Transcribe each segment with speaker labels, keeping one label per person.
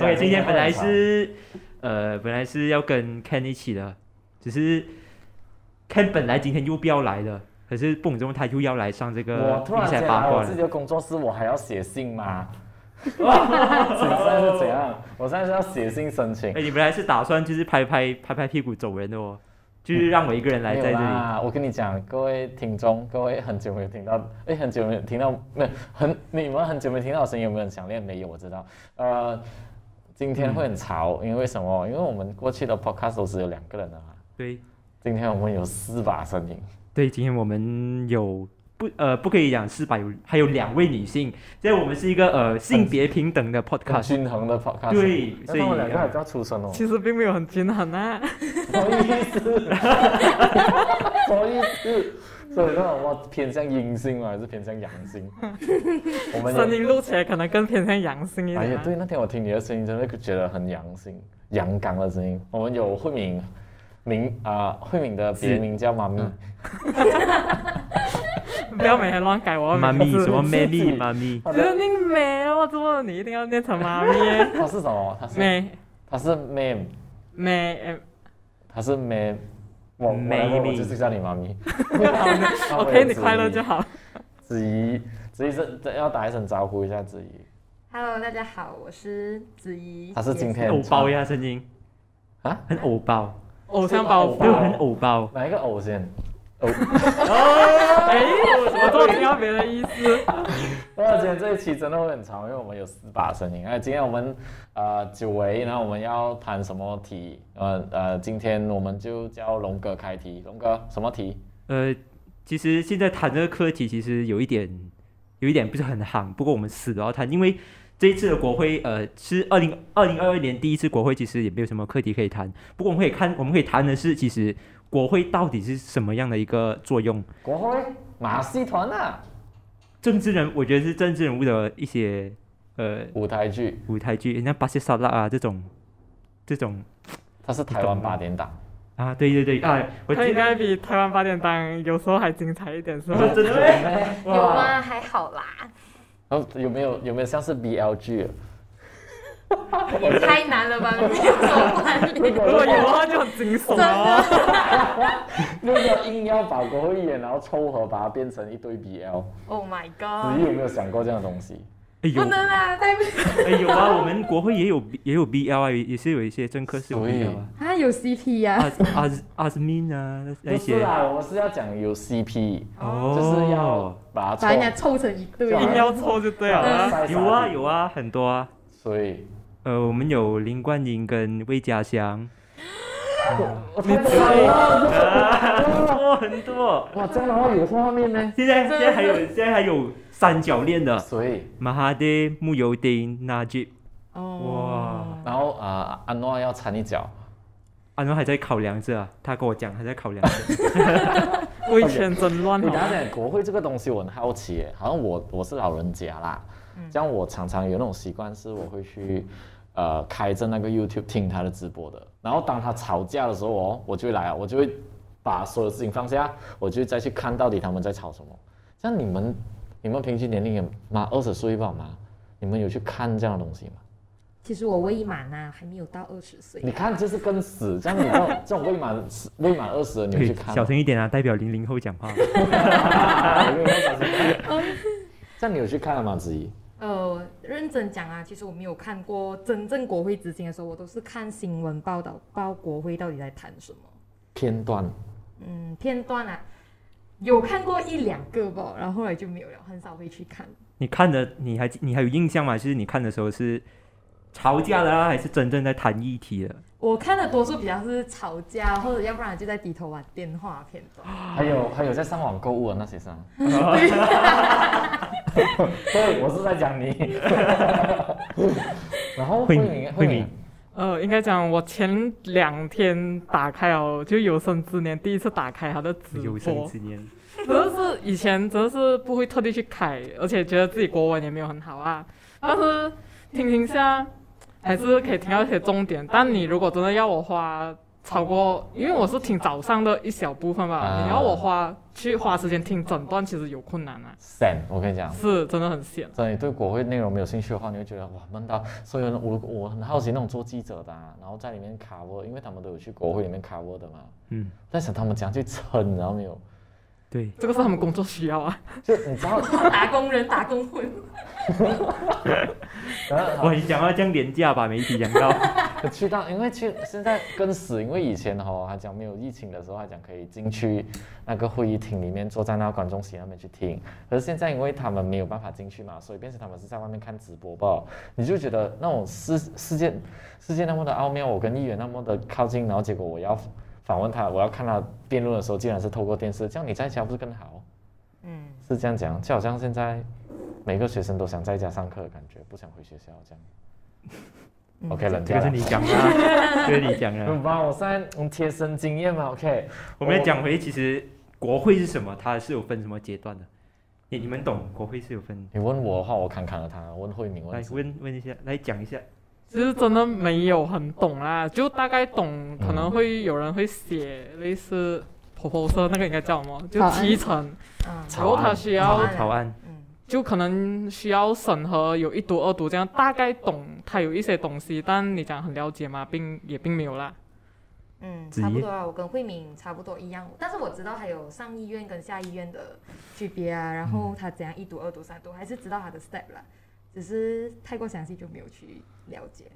Speaker 1: 呃今天本来是呃本来是要跟 Ken 一起的，只是 Ken 本来今天又不要来的，可是不懂怎么他又要来上这
Speaker 2: 我
Speaker 1: 个
Speaker 2: 突
Speaker 1: 比
Speaker 2: 然
Speaker 1: 赛
Speaker 2: 间
Speaker 1: 八
Speaker 2: 来
Speaker 1: 卦
Speaker 2: 我自己
Speaker 1: 了。
Speaker 2: 的工作室，我还要写信吗？ 现在是怎样？我现在是要写信申请
Speaker 1: 哎，。你本来是打算就是拍拍拍拍屁股走人的哦，就是让我一个人来
Speaker 2: 嗯没
Speaker 1: 在
Speaker 2: 有
Speaker 1: 这里。
Speaker 2: 啦，我跟你讲，各位听众，各位很久没有听到，哎，很久没有听到，没有很你们很久没听到我声音，有没有很想念？没有，我知道。呃，今天会很吵，因为什么？因为我们过去的 podcast 都只有两个人的嘛，
Speaker 1: 对
Speaker 2: 今天我们有四把声音，
Speaker 1: 对，今天我们有。不，呃，不可以讲四百，有还有两位女性，所以我们是一个呃性别平等的
Speaker 2: 很
Speaker 1: podcast。
Speaker 2: 均衡的 podcast。
Speaker 1: 对
Speaker 2: 那他
Speaker 1: 所以
Speaker 2: 们两个还不要出声哦。
Speaker 3: 其实并没有很艰难啊。
Speaker 2: 什么意思？什么意思？所以说我偏向阴性嘛，还是偏向阳性？我们
Speaker 3: 声
Speaker 2: 有
Speaker 3: 音录起来可能更偏向阳性一
Speaker 2: 哎
Speaker 3: 点、
Speaker 2: 呀，
Speaker 3: 啊。
Speaker 2: 对，那天我听你的声音，真的觉得很阳性、阳刚的声音。我们有慧敏，明啊、慧敏的别
Speaker 1: 是
Speaker 2: 名叫妈咪，
Speaker 3: 不要每天乱改我的
Speaker 1: 妈咪
Speaker 3: 名字
Speaker 1: 什么
Speaker 2: 自己
Speaker 1: 妹咪妈咪，
Speaker 2: 她
Speaker 3: 就是
Speaker 2: 的
Speaker 3: 你妹哦，怎么你一定要念成妈咪？啊
Speaker 2: 她是什么？她是
Speaker 3: 妹
Speaker 2: 她是妹，
Speaker 3: 妹，呃
Speaker 2: 她是妹。我我
Speaker 1: 妹
Speaker 2: 我
Speaker 1: 咪
Speaker 2: 就是叫你妈咪。
Speaker 1: 哦
Speaker 3: ，OK，你快乐就好。
Speaker 2: 子怡，子怡是这要打一声招呼一下子怡，
Speaker 4: Hello，大家好，我是子怡。
Speaker 2: 她是今天
Speaker 1: 偶包呀，曾经
Speaker 2: 啊，
Speaker 1: 很偶包，
Speaker 3: 偶像包
Speaker 2: 哇
Speaker 1: 没
Speaker 3: 袱
Speaker 1: 有，很偶包。
Speaker 2: 哪一个偶先？偶。
Speaker 3: 哎，我都听到别的意思。
Speaker 2: 那今天这一期真的会很长，因为我们有四把声音。哎那今天我们呃久违，然后我们要谈什么题？呃呃，今天我们就叫龙哥开题。龙哥什么题？
Speaker 1: 呃，其实现在谈这个课题，其实有一点，有一点不是很行。不过我们死都要谈，因为这一次的国会，呃，是二零二零二二年第一次国会，其实也没有什么课题可以谈。不过我们可以看，我们可以谈的是，其实国会到底是什么样的一个作用？
Speaker 2: 国徽马戏团啊，
Speaker 1: 政治人，我觉得是政治人物的一些呃
Speaker 2: 舞台剧，
Speaker 1: 舞台剧，像巴西萨拉啊这种，这种
Speaker 2: 它是台湾八点 档。
Speaker 1: 啊，对对对啊，我
Speaker 3: 它
Speaker 1: 记
Speaker 3: 应
Speaker 1: 得
Speaker 3: 该比台湾八点档有时候还精彩一点，是吧？
Speaker 1: 真的咩
Speaker 4: 有吗？还好啦，
Speaker 2: 然后有没有有没有像是 BL 剧？
Speaker 4: 也太 难了吧，没有做完。
Speaker 2: 如果
Speaker 3: 如果有的话就很惊悚哦。
Speaker 2: 如果硬要把国徽演，然后凑合把它变成一堆 BL，
Speaker 4: Oh my
Speaker 2: 子怡
Speaker 4: god！
Speaker 2: 有没有想过这样的东西？
Speaker 1: 哎
Speaker 4: 不
Speaker 1: 有
Speaker 4: 能啦，太不
Speaker 1: 哎有啊，我们国会也有也有 BL 啊，也也是有一些政客是有
Speaker 2: 对
Speaker 1: BL 啊。
Speaker 4: 啊，有 CP 呀、
Speaker 1: 阿阿阿斯敏啊那
Speaker 2: 不是
Speaker 1: 些，
Speaker 2: 啦，我是要讲有 CP，、
Speaker 1: 哦
Speaker 2: 就是要把它凑
Speaker 4: 把人家凑成一对
Speaker 2: 就好
Speaker 3: 硬
Speaker 2: 像
Speaker 3: 要凑就对了啦。
Speaker 1: 有啊有啊很多啊，
Speaker 2: 所以
Speaker 1: 呃，我们有林冠英跟魏家祥，
Speaker 2: 你哇，
Speaker 1: 哇很多，
Speaker 2: 这样的话有画面呢。
Speaker 1: 现在现
Speaker 4: 真的
Speaker 1: 在还有现在还有三角恋的
Speaker 2: 所以，
Speaker 1: 马哈迪、穆尤丁、纳吉，
Speaker 3: 哦，
Speaker 2: 然后啊、呃安诺要掺一脚，
Speaker 1: 阿啊诺还在考量着啊，他跟我讲还在考量着，哦
Speaker 3: 威权真乱
Speaker 2: 你打
Speaker 3: 哦。
Speaker 2: 讲国会这个东西，我很好奇耶，好像我我是老人家啦，这样我常常有那种习惯，是我会去呃开着那个 YouTube 听他的直播的，然后当他吵架的时候哦，我就会来啊，我就会把所有事情放下，我就再去看到底他们在吵什么。像你们，你们平均年龄也妈二十岁吧嘛，你们有去看这样的东西吗？
Speaker 4: 其实我未满啊，还没有到二十岁。
Speaker 2: 你看，就是跟死这样，你这种这种未满未满二十的，你有去看吗？
Speaker 1: 小声一点啊，代表零零后讲话。
Speaker 2: 这样你有去看了吗？子怡，
Speaker 4: 呃，认真讲啊，其实我没有看过真正国会执行的时候，我都是看新闻报道，报国会到底在谈什么。
Speaker 2: 片段
Speaker 4: 嗯，片段啊，有看过一两个吧，然后后来就没有了，很少会去看。
Speaker 1: 你看的你还你还有印象吗？就是你看的时候是吵架的啊，还是真正在谈议题的？
Speaker 4: 我看的多数比较是吵架，或者要不然就在低头玩电话片段。
Speaker 2: 还有还有在上网购物的那 些上，对，我是在讲你。 然后慧敏，慧
Speaker 1: 慧敏
Speaker 2: 敏，
Speaker 3: 呃，应该讲我前两天打开哦，就有生之年第一次打开他的直
Speaker 1: 有生
Speaker 3: 播，
Speaker 1: 之年，
Speaker 3: 只是以前真的是不会特地去开，而且觉得自己国文也没有很好啊，但是听听下还是可以听到一些重点。但你如果真的要我花超过，因为我是听早上的一小部分吧，
Speaker 2: 啊
Speaker 3: 你要我花去花时间听整段，其实有困难啊，
Speaker 2: Sam，我跟你讲，
Speaker 3: 是真的很闲。
Speaker 2: 真的，你对国会内容没有兴趣的话，你会觉得哇闷到。所以呢我我很好奇那种做记者的、啊，然后在里面 cover，因为他们都有去国会里面 cover 的嘛。
Speaker 1: 嗯，
Speaker 2: 在想他们怎样去撑，你知道没有？
Speaker 1: 对，
Speaker 3: 这个是他们工作需要啊，
Speaker 2: 就你知道，
Speaker 4: 打工人打工混，
Speaker 2: 然后
Speaker 1: 哇，你讲到这样廉价吧，媒体讲到，
Speaker 2: 去到，因为去现在更死，因为以前哦，还讲没有疫情的时候，还讲可以进去那个会议厅里面，坐在那个观众席那边去听。可是现在，因为他们没有办法进去嘛，所以变成他们是在外面看直播吧。你就觉得那种世世界世界那么的奥妙，我跟议员那么的靠近，然后结果我要访问他，我要看他辩论的时候，竟然是透过电视，这样你在家不是更好？
Speaker 4: 嗯，
Speaker 2: 是这样讲，就好像现在每个学生都想在家上课的感觉，不想回学校这样。
Speaker 4: 嗯
Speaker 2: OK，冷
Speaker 1: 这
Speaker 2: 掉
Speaker 1: 个
Speaker 2: 了
Speaker 1: 是你讲的啊，这个是你讲的。
Speaker 2: 很棒，我现在嗯贴身经验嘛，OK，
Speaker 1: 我们来讲回，其实国会是什么？它是有分什么阶段的？你你们懂国会是有分？
Speaker 2: 你问我的话，我侃侃而谈；问慧敏，
Speaker 1: 来
Speaker 2: 问
Speaker 1: 问问一下，来讲一下。
Speaker 3: 其实真的没有很懂啦，就大概懂，可能会有人会写类似 proposal 那个应该叫什么，就
Speaker 4: 草案
Speaker 3: 提成，
Speaker 4: 啊，
Speaker 3: 然
Speaker 2: 草
Speaker 3: 后
Speaker 2: 案
Speaker 3: 他需
Speaker 1: 草
Speaker 3: 要
Speaker 1: 案草案，
Speaker 4: 嗯，
Speaker 3: 就可能需要审核有一读二读这样，大概懂它有一些东西，但你讲很了解吗？并也并没有啦。
Speaker 4: 嗯，
Speaker 1: 子怡
Speaker 4: 差不多啊，我跟慧敏差不多一样，但是我知道还有上医院跟下医院的区别啊，然后他怎样一读、二读、三读，还是知道他的 step 啦，只是太过详细就没有去了解。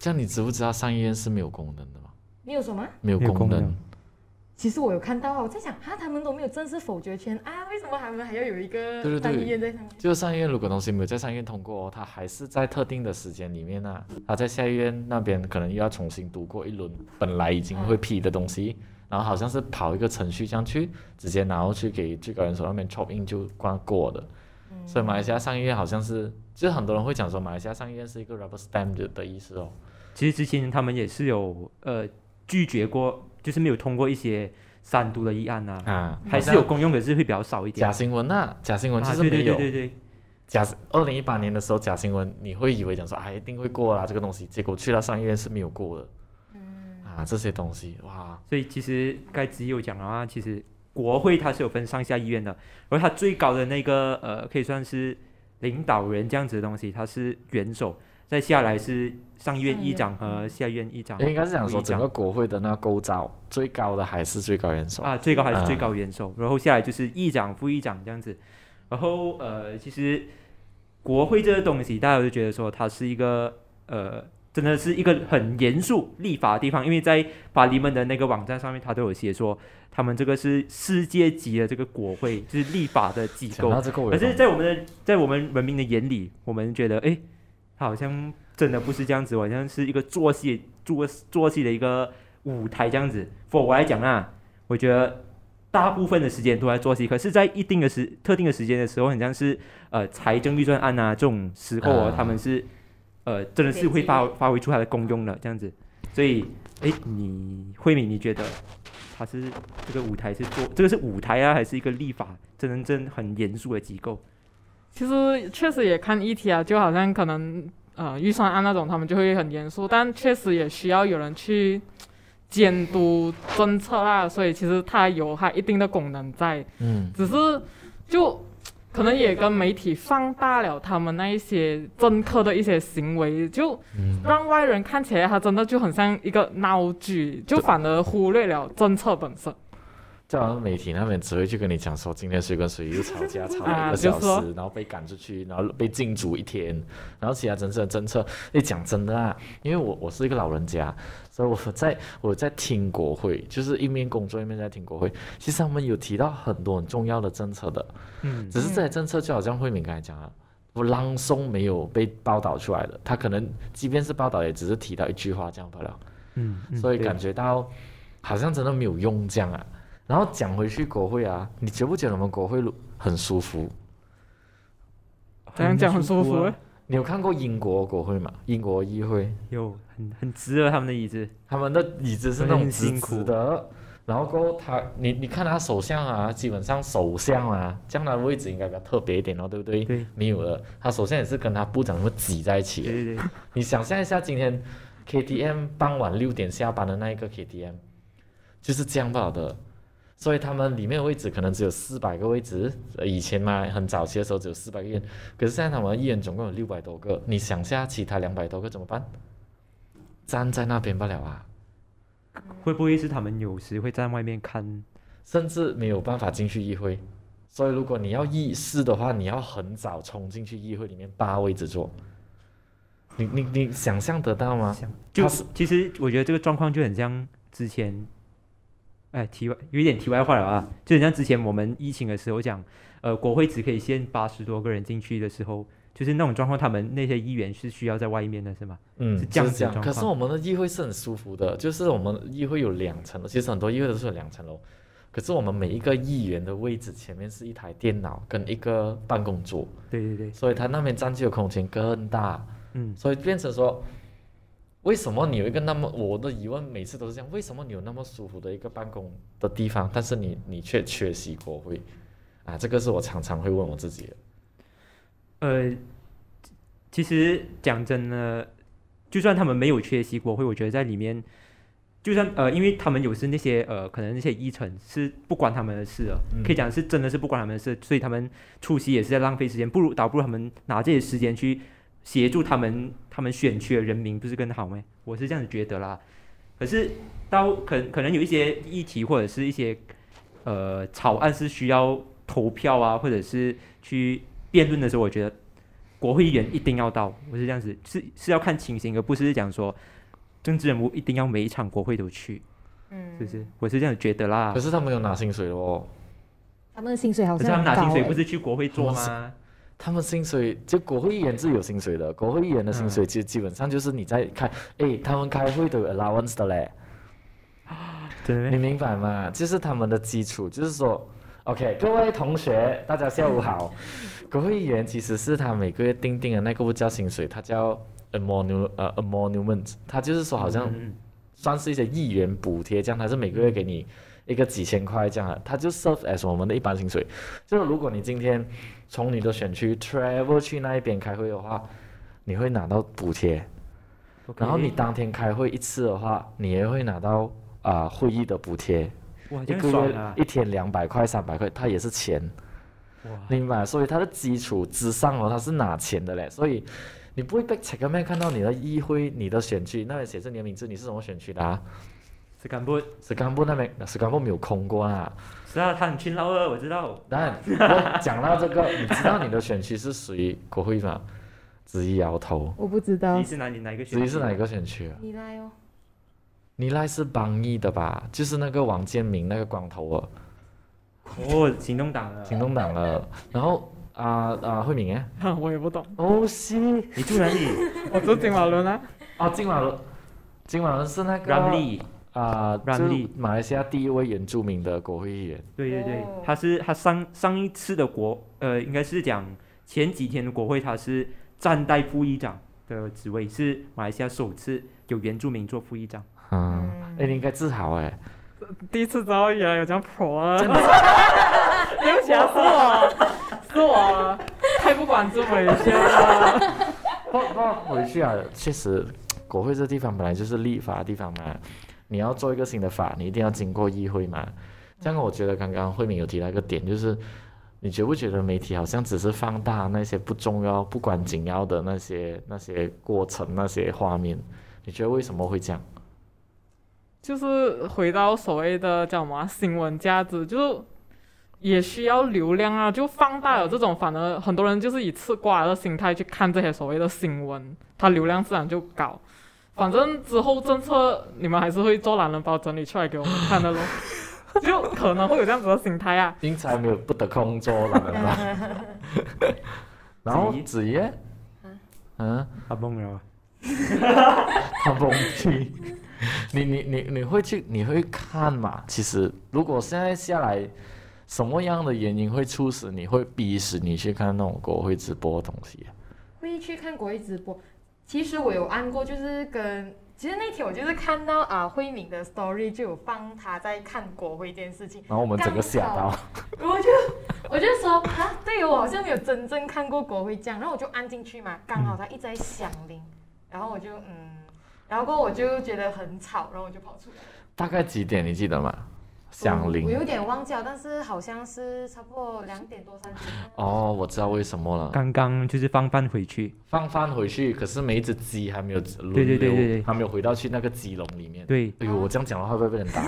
Speaker 2: 这样你知不知道上医院是没有功能的吗？
Speaker 4: 你有什么？
Speaker 2: 没有
Speaker 1: 没有
Speaker 2: 功
Speaker 1: 功
Speaker 2: 能
Speaker 1: 能，
Speaker 4: 其实我有看到啊，我在想啊，他们都没有正式否决权啊，为什么他们还要有一
Speaker 2: 对
Speaker 4: 个
Speaker 2: 对对
Speaker 4: 上医院在上面？
Speaker 2: 就是上医院如果东西没有在上医院通过、哦，它还是在特定的时间里面呢、啊，它在下医院那边可能又要重新读过一轮本来已经会批的东西，然后好像是跑一个程序这样去，直接然后去给最高人所那边 chop in 就关过的。
Speaker 4: 嗯
Speaker 2: 所以马来西亚上医院好像是，就是很多人会讲说马来西亚上医院是一个 rubber stamp 的的意思哦。
Speaker 1: 其实之前他们也是有呃拒绝过，就是没有通过一些三读的议案啊，
Speaker 2: 啊，
Speaker 1: 还是有公用，可是会比较少一点
Speaker 2: 假。新闻呐、假新闻
Speaker 1: 啊，
Speaker 2: 就是
Speaker 1: 对
Speaker 2: 没
Speaker 1: 对
Speaker 2: 有。
Speaker 1: 对对对，
Speaker 2: 假二零一八年的时候，假新闻你会以为讲说啊一定会过啦这个东西，结果去到上医院是没有过的
Speaker 4: 嗯
Speaker 2: 啊这些东西哇，
Speaker 1: 所以其实该只有讲了啊，其实国会它是有分上下议院的，而它最高的那个呃可以算是领导人这样子的东西，它是元首，再下来是上议院议长和下议院议长，
Speaker 2: 应该是讲
Speaker 1: 副
Speaker 2: 说
Speaker 1: 议
Speaker 2: 整
Speaker 1: 长
Speaker 2: 个国会的那个构造最高的还是最高元首
Speaker 1: 啊，最高还是最
Speaker 2: 啊
Speaker 1: 高元首，然后下来就是议长、副议长这样子。然后呃，其实国会这个东西，大家就觉得说它是一个呃，真的是一个很严肃立法的地方，因为在巴黎们的那个网站上面，他都有写说，他们这个是世界级的这个国会，就是立法的机
Speaker 2: 讲
Speaker 1: 构
Speaker 2: 到。这个我
Speaker 1: 可
Speaker 2: 有
Speaker 1: 是，
Speaker 2: 懂，
Speaker 1: 在我们的在我们文明的眼里，我们觉得，诶，它好像真的不是这样子，好像是一个做戏做做戏的一个舞台这样子。for 我来讲啊，我觉得大部分的时间都在做戏，可是，在一定的时特定的时间的时候，很像是呃财政预算案啊这种时候哦
Speaker 2: 啊，
Speaker 1: 他们是呃真的是会发发挥出它的功用的这样子。所以，诶，你慧敏，你觉得它是这个舞台是做这个是舞台啊，还是一个立法真真正很严肃的机构？
Speaker 3: 其实确实也看议题啊，就好像可能呃预算案那种，他们就会很严肃，但确实也需要有人去监督政策啦。所以其实它有它一定的功能在，
Speaker 2: 嗯，
Speaker 3: 只是就可能也跟媒体放大了他们那一些政客的一些行为，就
Speaker 2: 嗯
Speaker 3: 让外人看起来他真的就很像一个闹剧，就反而忽略了政策本身。
Speaker 2: 就好像媒体那边只会去跟你讲说今天谁跟谁又吵架吵了一
Speaker 3: 啊
Speaker 2: 个
Speaker 3: 就
Speaker 2: 小时，
Speaker 3: 说
Speaker 2: 然后被赶出去，然后被禁足一天，然后其他真正的政策，你讲真的啊，因为我我是一个老人家，所以我在我在听国会，就是一面工作一面在听国会，其实他们有提到很多很重要的政策的，
Speaker 1: 嗯，
Speaker 2: 只是这些政策就好像慧敏刚才讲啊，我朗诵没有被报道出来的，他可能即便是报道，也只是提到一句话这样罢了。
Speaker 1: 嗯，嗯
Speaker 2: 所以
Speaker 1: 对
Speaker 2: 感觉到好像真的没有用这样啊。然后讲回去国会啊，你觉不觉得我们国会很舒服？
Speaker 3: 怎样讲很舒服
Speaker 1: 啊
Speaker 2: 你有看过英国国会吗？英国议会，
Speaker 1: 有很很直了他们的椅子，
Speaker 2: 他们的椅子是那种
Speaker 1: 很
Speaker 2: 直
Speaker 1: 辛苦
Speaker 2: 直的，然后过后他，你你看他首相啊，基本上首相啊，这样的位置应该比较特别一点哦，对不对？
Speaker 1: 对
Speaker 2: 没有了，他首相也是跟他部长那么挤在一起的。
Speaker 1: 对对对，
Speaker 2: 你想象一下，今天 KTM 傍晚六点下班的那一个 KTM，就是这样不好的。所以他们里面的位置可能只有四百个位置，呃以前嘛很早期的时候只有四百个医院，可是现在他们医院总共有六百多个，你想下其他两百多个怎么办？站在那边不了啊，
Speaker 1: 会不会是他们有时会在外面看？
Speaker 2: 甚至没有办法进去议会。所以如果你要议事的话，你要很早冲进去议会里面霸位置坐。你你你想象得到吗？
Speaker 1: 想就
Speaker 2: 他是
Speaker 1: 其实我觉得这个状况就很像之前，哎，题外有一点题外话了啊，就很像之前我们疫情的时候讲，呃，国会只可以限八十多个人进去的时候，就是那种状况，他们那些议员是需要在外面的，是吗？
Speaker 2: 嗯，
Speaker 1: 是
Speaker 2: 就
Speaker 1: 这样子
Speaker 2: 这样。
Speaker 1: 的状
Speaker 2: 可是
Speaker 1: 况
Speaker 2: 我们的议会是很舒服的，就是我们议会有两层楼，其实很多议会都是有两层楼。可是我们每一个议员的位置前面是一台电脑跟一个办公桌，
Speaker 1: 对对对，
Speaker 2: 所以他那边占据的空间更大，
Speaker 1: 嗯，
Speaker 2: 所以变成说，为什么你有一个那么我的疑问每次都是这样，为什么你有那么舒服的一个办公的地方，但是你你却缺席国会啊？这个是我常常会问我自己的。
Speaker 1: 呃，其实讲真的，就算他们没有缺席国会，我觉得在里面，就算呃，因为他们有时那些呃，可能那些议程是不关他们的事了，
Speaker 2: 嗯
Speaker 1: 可以讲是真的是不关他们的事，所以他们出席也是在浪费时间，不如倒不如他们拿这些时间去协助他们他们选区的人民，不是更好吗？我是这样子觉得啦。可是到可可能有一些议题或者是一些呃草案是需要投票啊，或者是去辩论的时候，我觉得国会议员一定要到，我是这样子，是是要看情形，而不是讲说政治人物一定要每一场国会都去，
Speaker 4: 嗯，
Speaker 1: 是不是？我是这样觉得啦
Speaker 2: 可。是他们有拿薪水的哦，
Speaker 4: 他们的薪水好
Speaker 1: 可是
Speaker 4: 像
Speaker 1: 他们
Speaker 4: 很高、
Speaker 1: 拿
Speaker 4: 欸。
Speaker 1: 薪水不是去国会做吗？
Speaker 2: 他们薪水就国会议员是有薪水的，国会议员的薪水其实基本上就是你在开，诶，他们开会都有 allowance 的嘞，
Speaker 1: 真的
Speaker 2: 你
Speaker 1: 咩？
Speaker 2: 明白吗？就是他们的基础，就是说，OK，各位同学，大家下午好。国会议员其实是他每个月定定的那个不叫薪水，它叫 a m o n u 呃 a m o n u m e n t 它就是说好像
Speaker 1: 嗯
Speaker 2: 算是一些议员补贴，这样它是每个月给你一个几千块这样啊的，它就 serve as 我们的一般薪水。就是如果你今天从你的选区 travel 去那一边开会的话，你会拿到补贴，
Speaker 1: OK
Speaker 2: 然后你当天开会一次的话，你也会拿到啊、呃会议的补贴，
Speaker 1: 哇，
Speaker 2: 一
Speaker 1: 这
Speaker 2: 个
Speaker 1: 样爽啊
Speaker 2: 月！一天两百块、三百块，它也是钱，
Speaker 1: 哇，
Speaker 2: 明白？所以它的基础之上哦，它是拿钱的嘞，所以。你不会被 check man 看到你的议会、你的选区那边写着你的名字，你是什么选区的啊？
Speaker 1: 是干部，
Speaker 2: 史干部那边，史干部没有空过啊。
Speaker 1: 知道他很勤劳啊的，我知道。
Speaker 2: 当然，我讲到这个，你知道你的选区是属于国会吗？子怡摇头。
Speaker 4: 我不知道
Speaker 1: 你。是哪里哪一个
Speaker 2: 子
Speaker 1: 选？
Speaker 2: 怡是哪一？个选区啊？
Speaker 4: 你来哦，
Speaker 2: 尼赖是邦义的吧？就是那个王建民那个光头哦，
Speaker 1: 哦，行动党的。
Speaker 2: 行动党的。然后啊啊、慧敏哎，
Speaker 3: 我也不懂，
Speaker 2: 哦西
Speaker 1: 你住哪里
Speaker 3: 我住金马伦啊，
Speaker 2: 哦金马伦，金马伦是那个
Speaker 1: ？Ramli，
Speaker 2: 啊，就是
Speaker 1: Ramli
Speaker 2: 马来西亚第一位原住民的国会议员。
Speaker 1: 对对对
Speaker 4: 哦，
Speaker 1: 他是他上上一次的国，呃，应该是讲前几天的国会，他是暂代副议长的职位，是马来西亚首次有原住民做副议长。
Speaker 2: 嗯，
Speaker 4: 嗯
Speaker 2: 哎、你应该自豪哎。
Speaker 3: 第一次知道原来有这样 pro 啊，对不起啊，是我，是我啊太不管自回家了，
Speaker 2: 不不，回去啊，确实，国会这地方本来就是立法的地方嘛，你要做一个新的法，你一定要经过议会嘛。这样我觉得刚刚慧敏有提到一个点，就是你觉不觉得媒体好像只是放大那些不重要、不管紧要的那些那些过程、那些画面？你觉得为什么会这样？
Speaker 3: 就是回到所谓的叫什么啊新闻价值，就是也需要流量啊，就放大了这种，反而很多人就是以吃瓜的心态去看这些所谓的新闻，它流量自然就高。反正之后政策你们还是会做懒人包整理出来给我们看的咯， 就可能会有这样子的心态啊。
Speaker 2: 因此还没有不得空做了，对吧？ 然后子怡耶，嗯、
Speaker 1: 他懵了。
Speaker 2: 他崩溃。 你你你你会去你会看嘛？其实如果现在下来，什么样的原因会促使你会逼使你去看那种国会直播的东西？
Speaker 4: 会去看国际直播。其实我有按过，就是跟其实那天我就是看到啊、慧敏的 story 就有放她在看国徽这件事情，
Speaker 2: 然后我们整个吓
Speaker 4: 刚
Speaker 2: 到，
Speaker 4: 然后我就 我就说啊，对我好像没有真正看过国徽这样，然后我就按进去嘛，刚好它一直在响铃，然后我就嗯，然后过后我就觉得很吵，然后我就跑出来。
Speaker 2: 大概几点你记得吗？
Speaker 4: 我
Speaker 2: 响
Speaker 4: 我
Speaker 2: 铃
Speaker 4: 有。点忘记了，但是好像是差不多两点多三点。
Speaker 2: 哦，我知道为什么了。
Speaker 1: 刚刚就是放饭回去，
Speaker 2: 放饭回去，可是每一只鸡还没有轮流，
Speaker 1: 对对对对对
Speaker 2: 还没有回到去那个鸡笼里面。
Speaker 1: 对，
Speaker 2: 哎呦，我这样讲的话会不会被 人打？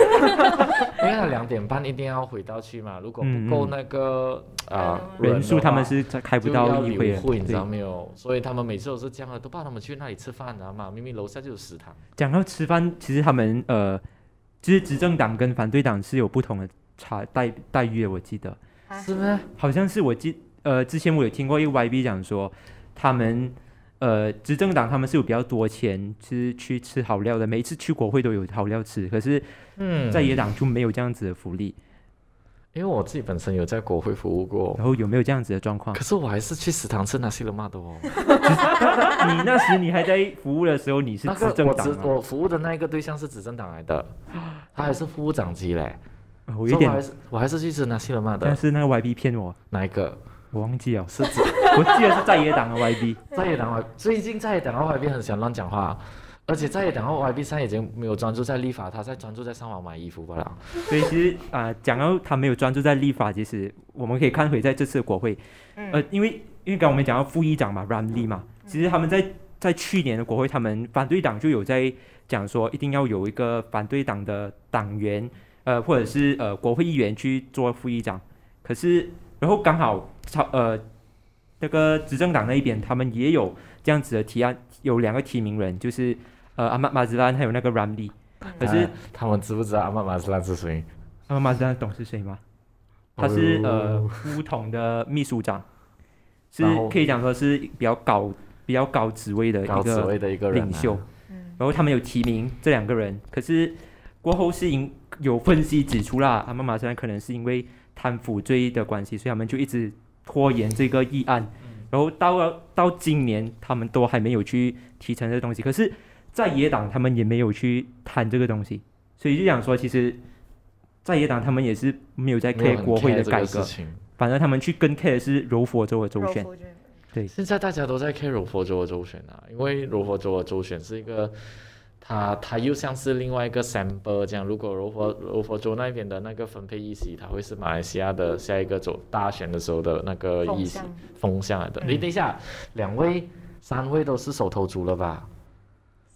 Speaker 2: 因为他两点半一定要回到去嘛，如果不够
Speaker 1: 嗯嗯
Speaker 2: 那个啊
Speaker 4: 嗯
Speaker 1: 人数他们是开
Speaker 2: 开
Speaker 1: 不到议会
Speaker 2: 会
Speaker 1: 的，
Speaker 2: 你知
Speaker 1: 对
Speaker 2: 道。没有？所以他们每次都是这样啊的，都怕他们去那里吃饭，你知道吗？明明楼下就有食堂。
Speaker 1: 讲到吃饭，其实他们呃，就是执政党跟反对党是有不同的差待待遇的，我记得
Speaker 4: 啊
Speaker 2: 是吗？
Speaker 1: 好像是我记呃，之前我有听过一个 YB 讲说，他们呃执政党他们是有比较多钱，是去吃好料的，每一次去国会都有好料吃，可是
Speaker 2: 嗯，
Speaker 1: 在野党就没有这样子的福利，
Speaker 2: 因为我自己本身有在国会服务过，
Speaker 1: 然后有没有这样子的状 况
Speaker 2: 可？是我还是去食堂吃那些了嘛的哦。
Speaker 1: 你那时你还在服务的时候，你是
Speaker 2: 那
Speaker 1: 执
Speaker 2: 个
Speaker 1: 政
Speaker 2: 我
Speaker 1: 党啊
Speaker 2: 执
Speaker 1: 吗？
Speaker 2: 我服务的那一个对象是执政党来的，他还是副部长级嘞。
Speaker 1: 呃我
Speaker 2: 所以
Speaker 1: 有
Speaker 2: 我还
Speaker 1: 点，
Speaker 2: 是我还是去吃那些了嘛
Speaker 1: 但
Speaker 2: 的。
Speaker 1: 是那个 YB 骗我，
Speaker 2: 哪一个？
Speaker 1: 我忘记了，
Speaker 2: 是指
Speaker 1: 我记得是在野党的 YB。
Speaker 2: 在野党外，最近在野党外 YB 很喜欢乱讲话，而且在野党外 YB 现在已经没有专注在立法，他在专注在上网买衣服罢了。
Speaker 1: 所以其实啊、呃讲到他没有专注在立法，其实我们可以看回在这次的国会，
Speaker 4: 嗯
Speaker 1: 呃，因为因为刚刚我们讲到副议长嘛，Ramli 嘛，其实他们在在去年的国会，他们反对党就有在讲说，一定要有一个反对党的党员，呃，或者是呃国会议员去做副议长。可是，然后刚好超呃那个执政党那一边，他们也有这样子的提案，有两个提名人，就是呃阿曼马兹兰还有那个 Ramli。可是
Speaker 2: 啊他们知不知道阿曼马斯拉是谁？
Speaker 1: 阿曼马兹兰懂是谁吗？他是呃
Speaker 2: 哦
Speaker 1: 乌统的秘 书长，是
Speaker 2: 然后
Speaker 1: 可以讲说是比较高比较高职位的一
Speaker 2: 高职
Speaker 1: 个
Speaker 2: 位的一个人、啊、
Speaker 1: 领袖。
Speaker 4: 嗯
Speaker 1: 然后他们有提名这两个人，可是过后是因有分析指出啦，阿曼马山可能是因为贪腐罪的关系，所以他们就一直拖延这个议案，然后到了到今年他们都还没有去提成这个东西，可是，在野党他们也没有去谈这个东西，所以就想说，其实，在野党他们也是没有在
Speaker 2: 没有
Speaker 1: care
Speaker 2: 很
Speaker 1: 国会
Speaker 2: care
Speaker 1: 的
Speaker 2: 这
Speaker 1: 改
Speaker 2: 个事
Speaker 1: 革，
Speaker 2: 情。
Speaker 1: 反而他们去跟 care 的是柔佛州的州选，
Speaker 2: 现在大家都在 care 柔佛州的州选啊，因为柔佛州的州选是一个，它它又像是另外一个 sample 这样。如果柔佛柔佛州那边的那个分配议席，它会是马来西亚的下一个州大选的时候的那个
Speaker 4: 风
Speaker 2: 议席
Speaker 4: 向
Speaker 2: 风向来的。
Speaker 1: 嗯
Speaker 2: 你、等一下，两位、三位都是手头族了吧？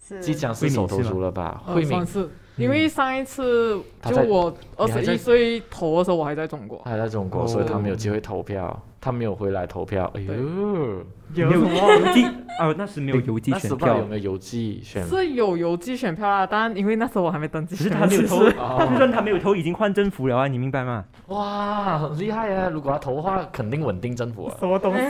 Speaker 4: 是
Speaker 1: 嗯
Speaker 2: 即讲是手头族了吧？
Speaker 3: 呃
Speaker 1: 哦
Speaker 2: 慧敏
Speaker 3: 算，是，因为上一次
Speaker 2: 他
Speaker 3: 就
Speaker 2: 在
Speaker 3: 我二
Speaker 2: 你还
Speaker 3: 十
Speaker 2: 在
Speaker 3: 一岁头的时候，我还在中国。
Speaker 2: 他还在中国，
Speaker 1: 哦
Speaker 2: 所以他没有机会投票，他没有回来投票。哎
Speaker 3: 对
Speaker 2: 呦，
Speaker 1: 没有 邮寄啊，那时没有邮 寄
Speaker 2: 那时
Speaker 1: 选
Speaker 2: 不知道有
Speaker 1: 票，
Speaker 2: 没有邮寄选票？
Speaker 3: 是有邮寄选票啦，但因为那时候我还没登记
Speaker 1: 只
Speaker 3: 选
Speaker 1: 是他没
Speaker 3: 票，
Speaker 1: 有
Speaker 3: 其实
Speaker 1: 投，
Speaker 2: 哦
Speaker 1: 就算他没有投，已经换政府了啊，你明白吗？
Speaker 2: 哇，很厉害啊！如果他投的话，肯定稳定政府啊。
Speaker 3: 什么东西？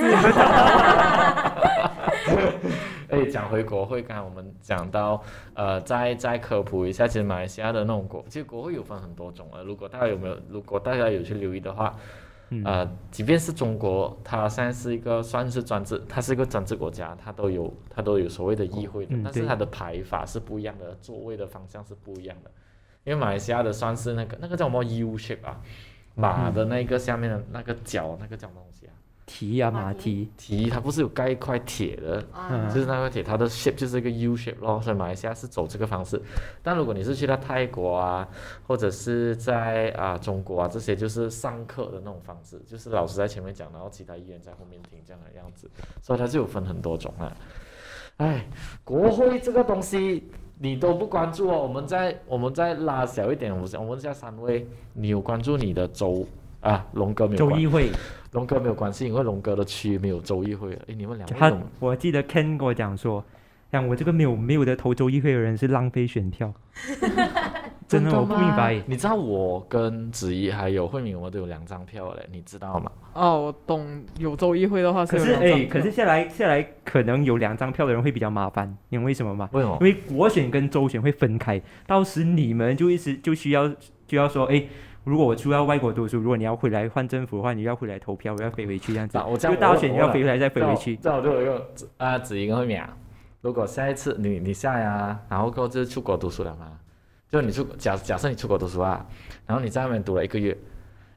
Speaker 2: 哎，讲回国会，刚才我们讲到，呃，再再科普一下，其实马来西亚的那种国，其实国会有分很多种啊。如果大家有没有，如果大家有去留意的话，
Speaker 1: 嗯
Speaker 2: 呃，即便是中国，它现在是一个算是专制，它是一个专制国家，它都有它都有所谓的议会的
Speaker 1: 嗯，
Speaker 2: 但是
Speaker 1: 对
Speaker 2: 它的排法是不一样的，座位的方向是不一样的。因为马来西亚的算是那个那个叫什么 U shape 啊，马
Speaker 1: 嗯
Speaker 2: 的那个下面的那个角，那个叫什么东西啊？
Speaker 1: 提啊马
Speaker 4: 马
Speaker 1: 蹄
Speaker 4: 蹄，
Speaker 2: 蹄它不是有盖一块铁的，
Speaker 1: 嗯
Speaker 4: 啊，
Speaker 2: 就是那块铁，它的 shape 就是一个 U shape 咯，所以马来西亚是走这个方式。但如果你是去到泰国啊，或者是在啊、中国啊，这些就是上课的那种方式，就是老师在前面讲，然后其他议员在后面听这样的样子，所以它就有分很多种啊。哎，国会这个东西你都不关注哦，我们再我们再拉小一点，我们我们下三位，你有关注你的州啊？龙哥没有
Speaker 1: 州
Speaker 2: 关
Speaker 1: 议会，
Speaker 2: 龙哥没有关系，因为龙哥的区没有州议会。哎，你们两位
Speaker 1: 他
Speaker 2: 懂？
Speaker 1: 我记得 Ken 跟我讲说，像我这个没有没有的投州议会的人是浪费选 票，真的我不明白
Speaker 2: 你知道我跟子怡还有慧敏，我们都有两张票嘞，你知道吗？
Speaker 3: 哦，我懂。有州议会的话是
Speaker 1: 可
Speaker 3: 有
Speaker 1: 是
Speaker 3: 两张
Speaker 1: 哎，
Speaker 3: 票
Speaker 1: 可是下来下来可能有两张票的人会比较麻烦，你懂为什么吗？
Speaker 2: 为什么
Speaker 1: 因？为国选跟州选会分开，到时你们就一直就需要就要说，哎，如果我出到外国读书，如果你要回来换政府的话，你要回来投票，我要飞回去这样子
Speaker 2: 那，我这
Speaker 1: 就
Speaker 2: 样
Speaker 1: 大
Speaker 2: 我
Speaker 1: 选
Speaker 2: 我
Speaker 1: 你要
Speaker 2: 来
Speaker 1: 飞回来再
Speaker 2: 这
Speaker 1: 飞
Speaker 2: 样
Speaker 1: 回
Speaker 2: 我
Speaker 1: 去，
Speaker 2: 这样我就有一个啊，子怡跟慧敏啊，如果下一次你你下呀，然后过后就是出国读书了嘛，就你出假假设你出国读书啊，然后你在外面读了一个月，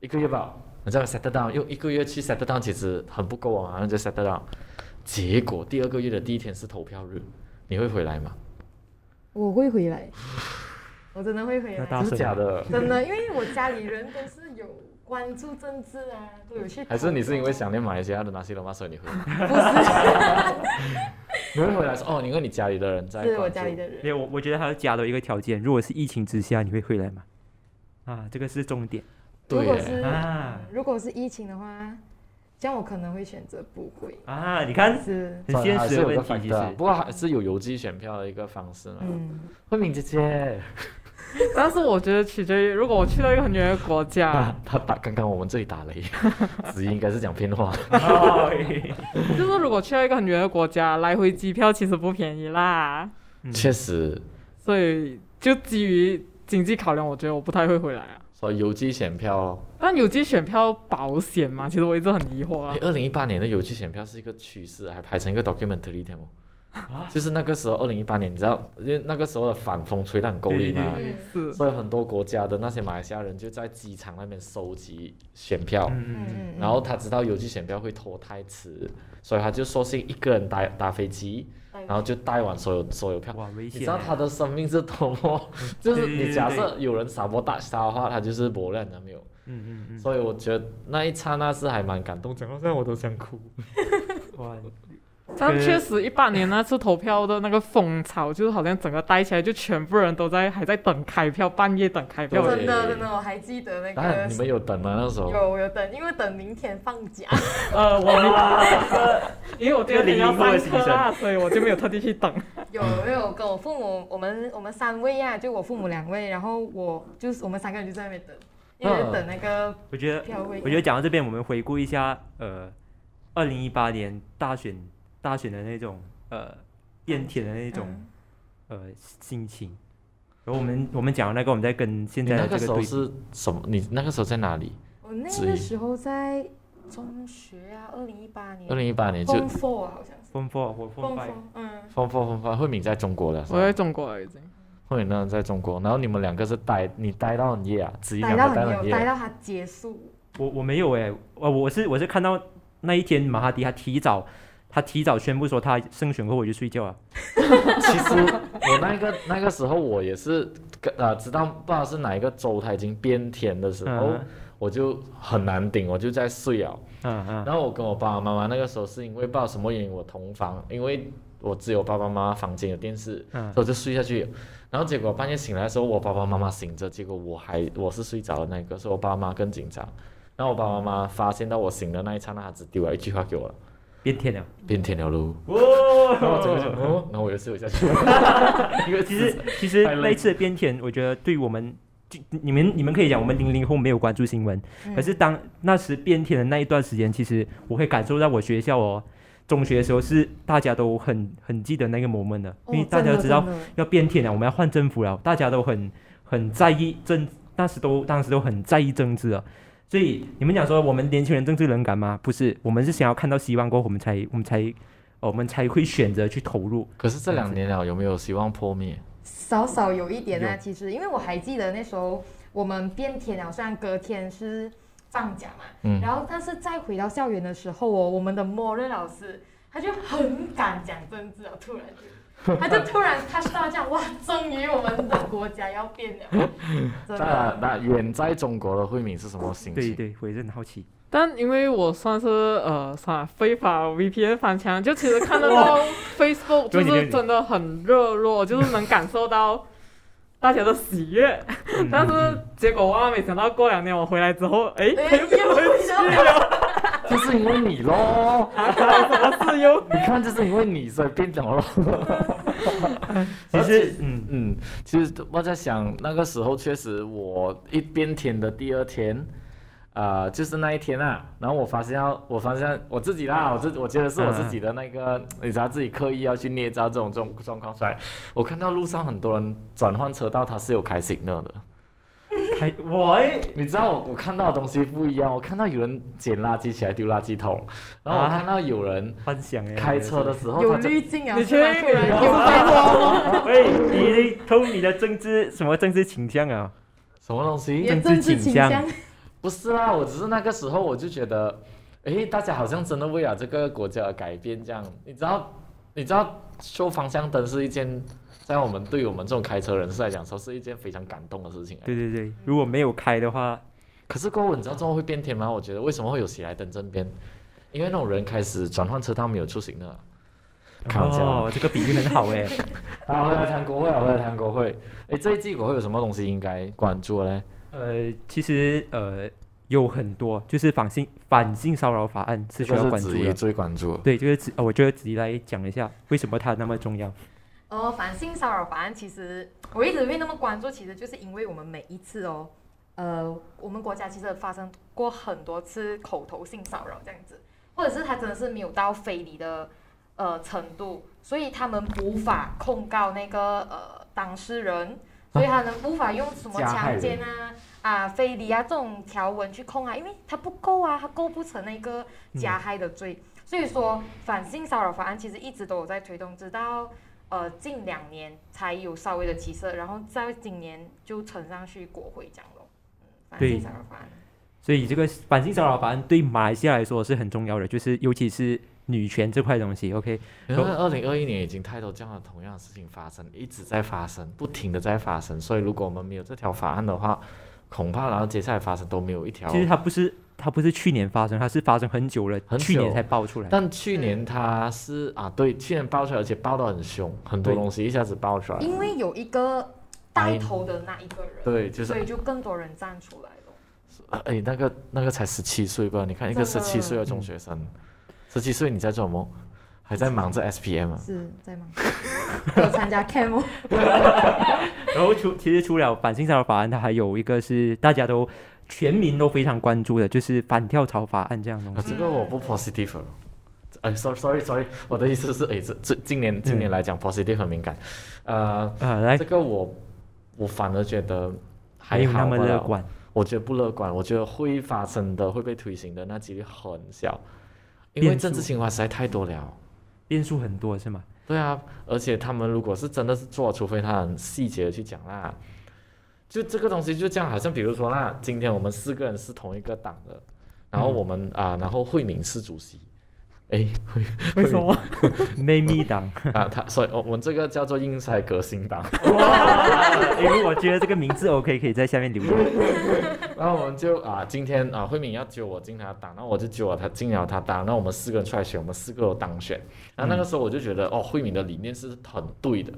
Speaker 2: 一个月吧，你在外面 settle down，用一个月去 settle down 其实很不够啊，然后就 settle down，结果第二个月的第一天是投票日，你会回来吗？
Speaker 4: 我会回来，嗯我真的会回
Speaker 1: 那
Speaker 4: 来。
Speaker 1: 大
Speaker 2: 真
Speaker 1: 声
Speaker 2: 的假的？
Speaker 4: 真的，因为我家里人都是有关注政治啊，都有去。
Speaker 2: 还是你是因为想？念马来西亚的那些罗马，所以你回来？
Speaker 4: 不是，
Speaker 2: 你会回来说哦，因为你家里的人在
Speaker 4: 是我
Speaker 2: 关
Speaker 4: 家里
Speaker 2: 注
Speaker 4: 的
Speaker 1: 没
Speaker 4: 人。
Speaker 1: 有，我我觉得还要加多一个条件，如果是疫情之下，你会回来吗？啊，这个是重点
Speaker 4: 如
Speaker 2: 对
Speaker 4: 果
Speaker 2: 耶，
Speaker 4: 是、
Speaker 1: 啊
Speaker 4: 如果是疫情的话，这样我可能会选择不回。
Speaker 1: 啊！你看，
Speaker 4: 是，
Speaker 1: 很现实的问题，其
Speaker 2: 算了还是有个 factor，
Speaker 1: 实
Speaker 2: 不过还是有邮寄选票的一个方式嘛。
Speaker 4: 嗯，
Speaker 2: 慧敏姐姐，
Speaker 3: 但是我觉得取决于，如果我去到一个很远的国家
Speaker 2: 啊，，他打刚刚我们这里打 雷，子怡应该是讲偏话。啊
Speaker 1: 哦
Speaker 3: 就是如果去到一个很远的国家，来回机票其实不便宜啦，
Speaker 1: 嗯
Speaker 2: 确实，
Speaker 3: 所以就基于经济考量，我觉得我不太会回来啊。
Speaker 2: 说邮寄选票，
Speaker 3: 但邮寄选票保险嘛，其实我一直很疑惑啊
Speaker 2: 哎，。二零一八年的邮寄选票是一个趋势，还拍成一个 documentary 的哦。
Speaker 1: 啊
Speaker 2: 就是那个时候，二零一八年，你知道，因为那个时候的反风吹得很够力嘛，
Speaker 1: 对对
Speaker 4: 嗯
Speaker 3: 是，
Speaker 2: 所以很多国家的那些马来西亚人就在机场那边收集选票，
Speaker 1: 嗯，
Speaker 2: 然后他知道邮寄选票会拖太迟，所以他就索性一个人打打飞机，
Speaker 4: 哎
Speaker 2: 然后就带完所有所有票。
Speaker 1: 哇，危
Speaker 2: 你
Speaker 1: 险
Speaker 2: 知
Speaker 1: 欸！
Speaker 2: 道他的生命是多么，就是
Speaker 1: 对对
Speaker 2: 你假设有人撒泼大杀的话，他就是磨烂的没有。
Speaker 1: 嗯嗯
Speaker 2: 所以我觉得那一刹那是还蛮感动，讲到现在我都想哭。
Speaker 1: 嗯，哇，
Speaker 3: 但确实一八年那次投票的那个风潮，就是好像整个带起来，就全部人都在还在等开票，半夜等开票。
Speaker 2: 对
Speaker 4: 真的真的，我还记得那
Speaker 2: 当然
Speaker 4: 个
Speaker 2: 啊你。们有等吗？那时候
Speaker 4: 有我有等，因为等明天放假，
Speaker 3: 呃，我因为我第二天要上
Speaker 1: 这个零零
Speaker 3: 课
Speaker 1: 后的
Speaker 3: 啦，所以我就没有特地去 等。
Speaker 1: 啊
Speaker 4: 有我有跟我父母，我们我们三位呀、就我父母两位，然后我就是我们三个人就在那边等，一直等那个
Speaker 1: 我觉得，
Speaker 4: 票位。
Speaker 1: 我觉得讲到这边，我们回顾一下，呃，二零一八年大选大选的那种呃变天的那种
Speaker 4: 嗯
Speaker 1: 呃心情。然后我们我们讲的那个，我们再跟现
Speaker 2: 你
Speaker 1: 在
Speaker 2: 那
Speaker 1: 的
Speaker 2: 个
Speaker 1: 这
Speaker 2: 时
Speaker 1: 个
Speaker 2: 候
Speaker 1: 对
Speaker 2: 是什么？你那个时候在哪里？
Speaker 4: 我那
Speaker 2: 质
Speaker 4: 个
Speaker 2: 疑
Speaker 4: 时候在中学啊，二零一八年，
Speaker 2: 二零一八年就
Speaker 4: 风 four 啊好像是
Speaker 1: 风波或风
Speaker 4: 风
Speaker 1: 败，
Speaker 4: 风，嗯，
Speaker 2: 风风风风，慧敏在中国了，是吧
Speaker 3: 我在中国了已经。
Speaker 2: 慧敏那人在中国，然后你们两个是待你待到很夜啊，子怡
Speaker 4: 待
Speaker 2: 两个
Speaker 4: 到
Speaker 2: 待
Speaker 4: 很
Speaker 2: 到很
Speaker 4: 久，待
Speaker 2: 夜，
Speaker 4: 到它结束，
Speaker 1: 我我没有哎、呃，我是我是看到那一天马哈迪他提早他提早宣布说他胜选后我就睡觉啊了，
Speaker 2: 其实我那个那个时候我也是跟呃知道不知道是哪一个州它已经变天的时候，
Speaker 1: 嗯
Speaker 2: 我就很难顶，我就在睡了。
Speaker 1: 嗯嗯
Speaker 2: 然后我跟我爸爸妈妈那个时候是因为不知道什么原因我同房，因为我只有爸爸妈妈房间有电视，
Speaker 1: 嗯
Speaker 2: 所以我就睡下去。然后结果半夜醒来的时候，我爸爸妈妈醒着，结果我还我是睡着的那一个，所以我爸妈更紧张。然后我爸爸妈妈发现到我醒的那一刹那，他只丢了一句话给我了
Speaker 1: 变天了。：“
Speaker 2: 变天了喽。”然后我整个就，
Speaker 1: 哦，
Speaker 2: 哦然后我又睡回下 去。因为
Speaker 1: 其实其实
Speaker 2: 太累
Speaker 1: 那一次的变天，我觉得对我们。就你们你们可以讲，我们零零后没有关注新闻，
Speaker 4: 嗯
Speaker 1: 可是当那时变天的那一段时间，其实我会感受到我学校哦，中学的时候是大家都很很记得那个 moment 的，因为大家都知道
Speaker 4: 哦真的
Speaker 1: 要变天了，我们要换政府了，大家都很很在意政，那时都当时都很在意政治了。所以你们讲说我们年轻人政治冷感吗？不是，我们是想要看到希望过后，我们才我们才、呃我们才会选择去投入。
Speaker 2: 可是这两年了，有没有希望破灭？
Speaker 4: 少少有一点啊，
Speaker 1: 有
Speaker 4: 其实因为我还记得那时候我们变天了，虽然隔天是放假嘛，
Speaker 2: 嗯
Speaker 4: 然后但是再回到校园的时候哦，我们的默认老师他就很敢讲政治了，突然 就。他就突然他知道这样哇，终于我们的国家要变了，
Speaker 2: 那
Speaker 4: 真的。
Speaker 2: 那远在中国的慧敏是什么 心
Speaker 1: 对
Speaker 2: 情？
Speaker 1: 对，我也是很好奇。
Speaker 3: 但因为我算是呃啥非法 VPN 翻墙，就其实看得到
Speaker 1: 对
Speaker 3: Facebook 就
Speaker 1: 你对
Speaker 3: 是
Speaker 1: 你
Speaker 3: 真的很热络，就是能感受到大家的喜悦。
Speaker 1: 嗯
Speaker 3: 但是结果万万没想到，过两年我回来之后，哎，
Speaker 4: 哎又回去了，
Speaker 2: 就是因为你 喽。
Speaker 3: 我是有
Speaker 2: 你看，就是因为你所以变成了。
Speaker 1: 其实嗯，
Speaker 2: 嗯，其实我在想，那个时候确实我一边填的第二天，啊、就是那一天啊，然后我发现到，我发现我自己啦，我自我觉得是我自己的那个，你知道自己刻意要去捏造这种这种状况出来。我看到路上很多人转换车道，它是有开 signal 的。
Speaker 1: 还喂，
Speaker 2: 你知道我我看到的东西不一样，我看到有人捡垃圾起来丢垃圾桶，然后我
Speaker 1: 啊
Speaker 2: 看到有人
Speaker 1: 幻想哎，
Speaker 2: 开车的时候，
Speaker 4: 有
Speaker 2: 他就
Speaker 4: 滤 镜啊！
Speaker 3: 你
Speaker 4: 是吗
Speaker 3: 确定
Speaker 4: 突然有
Speaker 1: 喂，你你偷你的政治什么政治倾向啊？
Speaker 2: 什么东西？
Speaker 4: 你的
Speaker 1: 政
Speaker 4: 政
Speaker 1: 治
Speaker 4: 治
Speaker 1: 倾
Speaker 4: 倾
Speaker 1: 向
Speaker 4: 向，
Speaker 2: 不是啦，我只是那个时候我就觉得，诶，大家好像真的为了这个国家而改变这样。你知道，你知道修方向灯是一件在我们对于我们这种开车人士来讲，说是一件非常感动的事情。
Speaker 1: 对对对，如果没有开的话，
Speaker 2: 可是过后你知道最后会变天吗？我觉得为什么会有喜来登政变？因为那种人开始转换车道没有出行的。开玩笑
Speaker 1: 哦，这个比喻很好哎、
Speaker 2: 好，回来谈国会，回来谈国会。哎，这一季国会有什么东西应该关注的嘞？
Speaker 1: 呃，其实呃有很多，就是反性反性骚扰法案是需要关注
Speaker 2: 这个是子怡
Speaker 1: 的。
Speaker 2: 最关注的。
Speaker 1: 对，就是子，呃我觉得子怡来讲一下为什么它那么重要。
Speaker 4: 呃，反性骚扰法案其实我一直会那么关注，其实就是因为我们每一次哦，呃，我们国家其实发生过很多次口头性骚扰这样子，或者是他真的是没有到非礼的呃程度，所以他们无法控告那个呃当事人，所以他们无法用什么
Speaker 2: 加害
Speaker 4: 强
Speaker 2: 人
Speaker 4: 奸啊。啊，非礼啊，这种条文去控啊，因为它不够啊，它构不成那个加害的罪，所以说反性骚扰法案其实一直都有在推动，直到呃近两年才有稍微的起色，然后在今年就呈上去国会这样咯。嗯，反
Speaker 1: 对
Speaker 4: 性骚扰法案。
Speaker 1: 所以这个反性骚扰法案对马来西亚来说是很重要的，就是尤其是女权这块东西。OK，
Speaker 2: 因为二零二一年已经太多这样的同样的事情发生，一直在发生，不停的在发生。所以如果我们没有这条法案的话，恐怕然后接下来发生都没有一条。
Speaker 1: 其实它不是它不是去年发生，它是发生很久了，
Speaker 2: 很久
Speaker 1: 去年才爆出来。
Speaker 2: 但去年它是啊，对，去年爆出来，而且爆得很凶，很多
Speaker 1: 对
Speaker 2: 东西一下子爆
Speaker 1: 啊
Speaker 2: 出来。
Speaker 4: 因为有一
Speaker 1: 哎
Speaker 4: 个带头的那一个人，
Speaker 2: 对，就是
Speaker 4: 所以就更多人站出来了。
Speaker 2: 哎，那个那个才十七岁吧？你看一个
Speaker 4: 真
Speaker 2: 十
Speaker 4: 的
Speaker 2: 七岁的中学生，十七岁你在做什么？还在忙着 SPM 啊？
Speaker 4: 是在吗？ 有参加哦 camo，
Speaker 1: 然后除其实除了反性骚扰法案，它还有一个是大家都全民都非常关注的，就是反跳槽法案这样的东
Speaker 2: 啊，
Speaker 1: 西。
Speaker 2: 这个我不 positive 了。哎，sorry sorry sorry，我的意思是，哎，这这今年今年来讲 positive 很敏感，呃，
Speaker 1: 呃，来
Speaker 2: 这，个我我反而觉得还
Speaker 1: 没有
Speaker 2: 好
Speaker 1: 那么
Speaker 2: 罢
Speaker 1: 乐
Speaker 2: 了，
Speaker 1: 观。
Speaker 2: 我觉得不乐观，我觉得会发生的会被推行的那几率很小，因为
Speaker 1: 变
Speaker 2: 政治
Speaker 1: 数
Speaker 2: 情况实在太多了。
Speaker 1: 变数很多是吗？
Speaker 2: 对啊，而且他们如果是真的是做，除非他很细节的去讲啦。就这个东西就这样，好像比如说啦，今天我们四个人是同一个党的，然后我们
Speaker 1: 嗯
Speaker 2: 啊、然后慧敏是主席，诶，慧
Speaker 3: 为什么？
Speaker 1: 妹咪党，
Speaker 2: 啊，他所以我们这个叫做硬塞革新党，
Speaker 1: 因为哎我觉得这个名字 OK，可以在下面留言。
Speaker 2: 然后我们就啊，今天啊，慧敏要揪我进他党，然后我就揪了他进了他党，那我们四个人出来选，我们四个都当选。然后那个时候我就觉得，哦，慧敏的理念是很对的，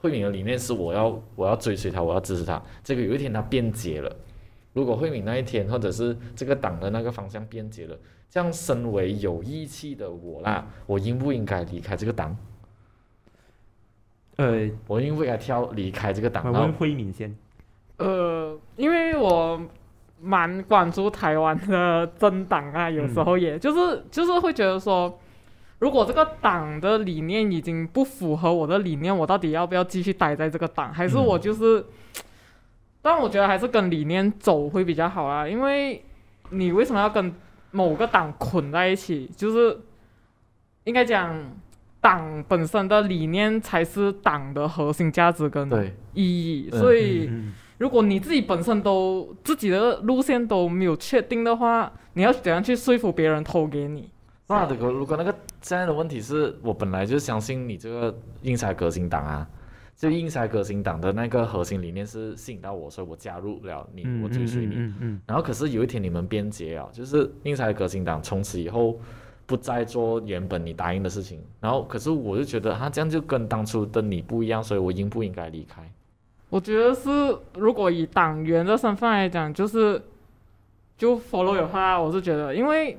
Speaker 2: 慧敏的理念是我要我要追随他，我要支持他。这个有一天他变节了，如果慧敏那一天或者是这个党的那个方向变节了，这样身为有义气的我啦，我应不应该离开这个党？
Speaker 1: 呃，
Speaker 2: 我应不应该跳离开这个党？
Speaker 1: 我
Speaker 2: 然后
Speaker 1: 问慧敏先。
Speaker 3: 呃，因为我蛮关注台湾的政党啊，有时候
Speaker 2: 嗯
Speaker 3: 也、就是就是会觉得说，如果这个党的理念已经不符合我的理念，我到底要不要继续待在这个党，还是
Speaker 2: 嗯
Speaker 3: 我就是？但我觉得还是跟理念走会比较好啦，因为你为什么要跟某个党捆在一起？就是应该讲。党本身的理念才是党的核心价值跟
Speaker 2: 对，
Speaker 3: 意义，
Speaker 2: 嗯
Speaker 3: 所以、
Speaker 1: 嗯，
Speaker 3: 如果你自己本身都自己的路线都没有确定的话，你要怎样去说服别人投给你？
Speaker 2: 那如果如果那个现在的问题是我本来就相信你这个硬塞革新党啊，就硬塞革新党的那个核心理念是吸引到我，所以我加入了你，
Speaker 1: 嗯
Speaker 2: 我追随你。
Speaker 1: 嗯嗯
Speaker 2: 然后可是有一天你们变节啊，就是硬塞革新党从此以后不再做原本你答应的事情。然后可是我就觉得他、啊这样就跟当初的你不一样，所以我应不应该离开？
Speaker 3: 我觉得是，如果以党员的身份来讲，就是就 follow 的话，我是觉得，因为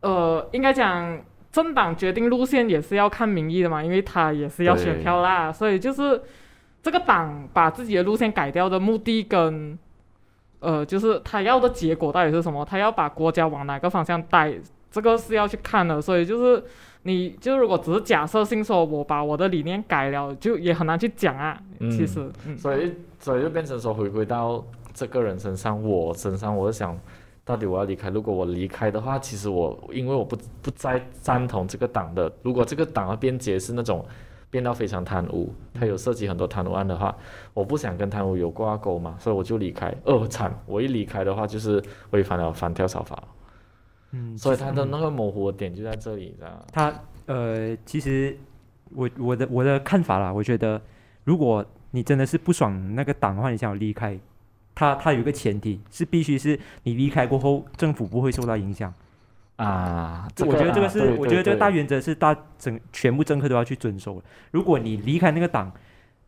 Speaker 3: 呃，应该讲政党决定路线也是要看民意的嘛，因为他也是要选票啦，所以就是这个党把自己的路线改掉的目的跟呃，就是他要的结果到底是什么，他要把国家往哪个方向带，这个是要去看的，所以就是。你就如果只是假设性说，我把我的理念改了，就也很难去讲啊。
Speaker 2: 嗯
Speaker 3: 其实，嗯，
Speaker 2: 所以所以就变成说回归到这个人身上，我身上，我就想到底我要离开。如果我离开的话，其实我因为我不不再赞同这个党的，如果这个党的边界是那种变到非常贪污，它有涉及很多贪污案的话，我不想跟贪污有挂钩嘛，所以我就离开。二惨，我一离开的话就是违反了反跳槽法，
Speaker 1: 嗯，
Speaker 2: 所以它的那个模糊的点就在这里，你知道吗？
Speaker 1: 他呃，其实我我的我的看法啦，我觉得如果你真的是不爽那个党的话，你想要离开，他他有一个前提是必须是你离开过后，政府不会受到影响。
Speaker 2: 啊，这
Speaker 1: 我觉得这个
Speaker 2: 啊
Speaker 1: 是，
Speaker 2: 对
Speaker 1: 我
Speaker 2: 对
Speaker 1: 觉得这
Speaker 2: 对
Speaker 1: 个大原则是大整全部政客都要去遵守的。如果你离开那个党，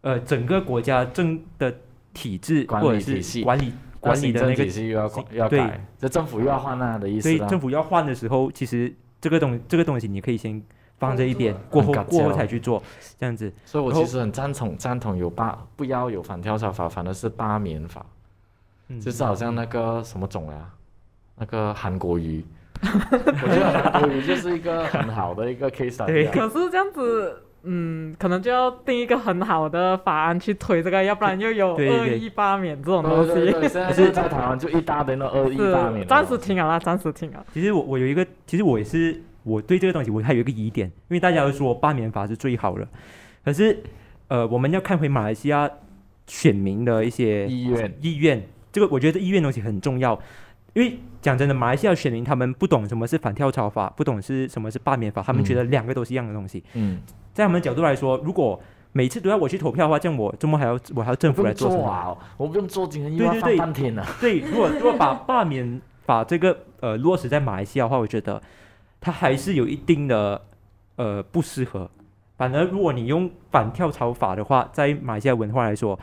Speaker 1: 呃，整个国家政的体制
Speaker 2: 管
Speaker 1: 或者
Speaker 2: 理体
Speaker 1: 是
Speaker 2: 系
Speaker 1: 管理管理的
Speaker 2: 行
Speaker 1: 那
Speaker 2: 政
Speaker 1: 个
Speaker 2: 体系又要
Speaker 1: 行
Speaker 2: 要
Speaker 1: 对
Speaker 2: 改，这政府又要换那的意
Speaker 1: 所
Speaker 2: 思
Speaker 1: 以
Speaker 2: 啦。
Speaker 1: 政府要换的时候，其实这个东这个东西你可以先放这一边，过后
Speaker 2: 很搞笑
Speaker 1: 过后才去做，这样子。
Speaker 2: 所以我
Speaker 1: 然后
Speaker 2: 其实很赞同赞同有罢不要有反跳槽法，反而是罢免法，
Speaker 1: 嗯，
Speaker 2: 就是好像那个什么种啊，那个韩国瑜，我觉得韩国瑜就是一个很好的一个 case
Speaker 1: 对
Speaker 2: study 啊。
Speaker 3: 可是这样子，嗯，可能就要定一个很好的法案去推这个，要不然又有
Speaker 1: 对
Speaker 3: 恶
Speaker 1: 对
Speaker 3: 意罢免这种
Speaker 2: 对
Speaker 3: 东西。
Speaker 2: 哦对对，现在就是在台湾就一大堆那恶意罢免
Speaker 3: 是，
Speaker 2: 的，
Speaker 3: 暂时停了啊啦，暂时停了。
Speaker 1: 其实我我有一个，其实我也是我对这个东西我还有一个疑点，因为大家都说罢免法是最好的，可是呃，我们要看回马来西亚选民的一些
Speaker 2: 意愿
Speaker 1: 意愿，这个我觉得意愿东西很重要，因为讲真的，马来西亚选民他们不懂什么是反跳槽法，不懂是什么是罢免法，他们
Speaker 2: 嗯
Speaker 1: 觉得两个都是一样的东西。
Speaker 2: 嗯，
Speaker 1: 在他们的角度来说，如果每次都要我去投票的话，这样我周末还要我还要政
Speaker 2: 我
Speaker 1: 府
Speaker 2: 不
Speaker 1: 来
Speaker 2: 用
Speaker 1: 做什
Speaker 2: 做
Speaker 1: 么？
Speaker 2: 啊，我不用做今天又
Speaker 1: 对
Speaker 2: 要
Speaker 1: 对
Speaker 2: 放
Speaker 1: 对
Speaker 2: 半天啊 了。
Speaker 1: 对，如果如果把罢免法这个呃落实在马来西亚的话，我觉得它还是有一定的呃不适合。反而如果你用反跳槽法的话，在马来西亚文化来说，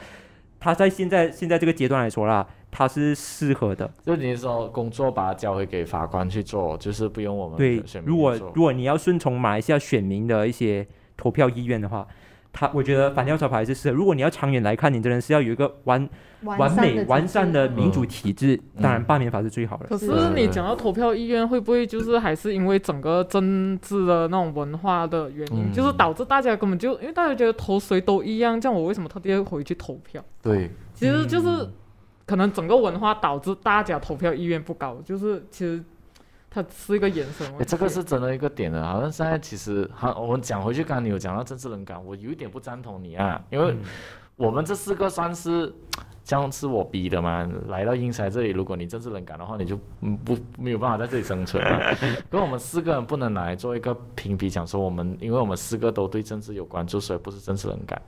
Speaker 1: 它在现在现在这个阶段来说啦，它是适合的。
Speaker 2: 就你说工作把它交回给法官去做，就是不用我们
Speaker 1: 对
Speaker 2: 选，民
Speaker 1: 如果
Speaker 2: 去做
Speaker 1: 如果你要顺从马来西亚选民的一些投票意愿的话，他我觉得反跳槽牌是适合。如果你要长远来看，你真的是要有一个完完美完善
Speaker 4: 哦
Speaker 1: 的民主体制，
Speaker 2: 嗯
Speaker 1: 当然罢免法是最好的。
Speaker 3: 可是
Speaker 2: 是
Speaker 3: 你讲到投票意愿，会不会就是还是因为整个政治的那种文化的原
Speaker 2: 嗯
Speaker 3: 因，就是导致大家根本就因为大家觉得投谁都一样，这样我为什么特地回去投票？
Speaker 2: 对
Speaker 3: 其实就是、
Speaker 2: 嗯
Speaker 3: 可能整个文化导致大家投票意愿不高，就是其实它是一个眼神问
Speaker 2: 欸
Speaker 3: 题。
Speaker 2: 这个是真的一个点啊的，好像现在其实好，我们讲回去，刚刚你有讲到政治冷感，我有一点不赞同你啊，因为
Speaker 1: 嗯
Speaker 2: 我们这四个算是，这样是我逼的嘛，来到英才这里，如果你政治冷感的话，你就嗯不没有办法在这里生存了。因为我们四个人不能来做一个评比，讲说我们，因为我们四个都对政治有关注，所以不是政治冷感。